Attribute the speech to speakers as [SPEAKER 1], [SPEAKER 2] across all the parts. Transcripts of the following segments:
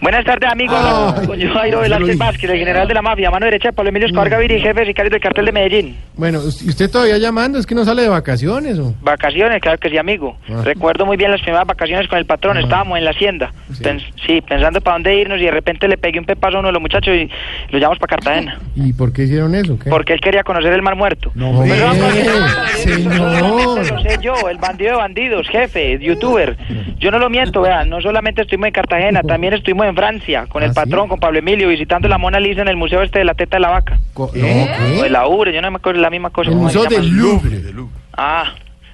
[SPEAKER 1] Buenas tardes, amigos.
[SPEAKER 2] Ay,
[SPEAKER 1] Con yo, Jairo
[SPEAKER 2] Ah, ya lo Mm.
[SPEAKER 1] Velázquez
[SPEAKER 2] dije.
[SPEAKER 1] Vázquez, el general de la mafia, mano derecha de Pablo Emilio Escobar Gaviria y jefe sicario del cartel de Medellín.
[SPEAKER 2] Bueno, us- ¿y usted todavía llamando? ¿Es que no sale de vacaciones o...?
[SPEAKER 1] Vacaciones, claro que sí, amigo.
[SPEAKER 2] Ah.
[SPEAKER 1] Recuerdo muy bien las primeras vacaciones con el patrón.
[SPEAKER 2] Ah.
[SPEAKER 1] Estábamos en la hacienda.
[SPEAKER 2] Sí.
[SPEAKER 1] Pens- sí, pensando para dónde irnos y de repente le pegué un pepazo a uno de los muchachos y lo llevamos para Cartagena.
[SPEAKER 2] ¿Y por qué hicieron eso? ¿Qué?
[SPEAKER 1] Porque él quería conocer el mar muerto.
[SPEAKER 2] No, hombre,
[SPEAKER 1] Pero, no, no,
[SPEAKER 2] señor.
[SPEAKER 1] Lo sé yo, el bandido de bandidos, jefe, youtuber. Yo no lo miento, vean, no solamente estuvimos en Cartagena, también estuvimos en Francia, con
[SPEAKER 2] ¿Ah,
[SPEAKER 1] el
[SPEAKER 2] sí?
[SPEAKER 1] patrón, con Pablo Emilio, visitando la Mona Lisa en el Museo este de la Teta de la Vaca.
[SPEAKER 2] Co- no,
[SPEAKER 1] O de
[SPEAKER 2] ¿qué?
[SPEAKER 1] la URE, yo no me acuerdo la misma cosa.
[SPEAKER 2] El
[SPEAKER 1] ¿cómo se
[SPEAKER 2] Museo
[SPEAKER 1] llama?
[SPEAKER 2] del Louvre.
[SPEAKER 1] Ah,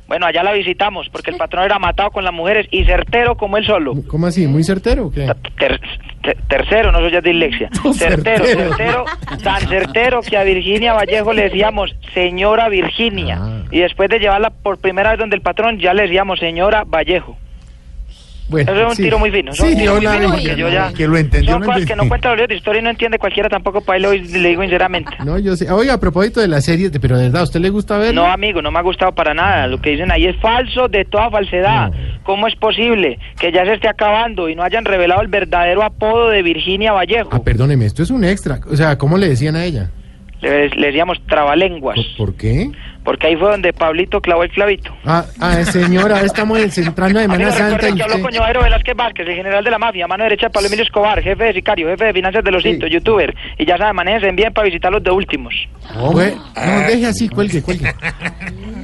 [SPEAKER 1] bueno, allá la visitamos, porque el patrón era matado con las mujeres y certero como él solo.
[SPEAKER 2] ¿Cómo así? ¿Muy certero o qué?
[SPEAKER 1] Ter- ter- tercero, no soy ya dislexia.
[SPEAKER 2] No,
[SPEAKER 1] Certero,
[SPEAKER 2] certero.
[SPEAKER 1] certero, tan certero que a Virginia Vallejo le decíamos señora Virginia.
[SPEAKER 2] Ah.
[SPEAKER 1] Y después de llevarla por primera vez donde el patrón, ya le decíamos señora Vallejo.
[SPEAKER 2] Bueno,
[SPEAKER 1] Eso es un
[SPEAKER 2] sí.
[SPEAKER 1] tiro muy fino. eso es
[SPEAKER 2] Sí,
[SPEAKER 1] un tiro
[SPEAKER 2] yo
[SPEAKER 1] muy
[SPEAKER 2] la
[SPEAKER 1] fino,
[SPEAKER 2] vi.
[SPEAKER 1] porque yo ya-
[SPEAKER 3] que lo entendió,
[SPEAKER 1] Son
[SPEAKER 3] lo
[SPEAKER 1] cosas que
[SPEAKER 3] entendió.
[SPEAKER 1] no cuentan los libros de historia y no entiende cualquiera tampoco, para él hoy le digo sinceramente.
[SPEAKER 2] No, yo sé. Oiga, a propósito de la serie, pero de verdad, ¿a usted le gusta ver?
[SPEAKER 1] No, amigo, no me ha gustado para nada. Lo que dicen ahí es falso de toda falsedad.
[SPEAKER 2] No.
[SPEAKER 1] ¿Cómo es posible que ya se esté acabando y no hayan revelado el verdadero apodo de Virginia Vallejo?
[SPEAKER 2] Ah, perdóneme, esto es un extra. O sea, ¿cómo le decían a ella?
[SPEAKER 1] le, le decíamos trabalenguas.
[SPEAKER 2] ¿Por, por qué?
[SPEAKER 1] Porque ahí fue donde Pablito clavó el clavito.
[SPEAKER 2] Ah, ah, señora, ahora estamos en- entrando a Semana
[SPEAKER 1] Amigo,
[SPEAKER 2] Santa
[SPEAKER 1] recuerden
[SPEAKER 2] y
[SPEAKER 1] que habló con
[SPEAKER 2] usted...
[SPEAKER 1] Joaquín Velázquez Vázquez, el general de la mafia, mano derecha de Pablo Emilio Escobar, jefe de sicario, jefe de finanzas de los
[SPEAKER 2] Sí.
[SPEAKER 1] cintos, youtuber. Y ya saben, manejen, se envíen para visitar los de últimos.
[SPEAKER 2] Bueno, no, deje así, cuelgue, cuelgue.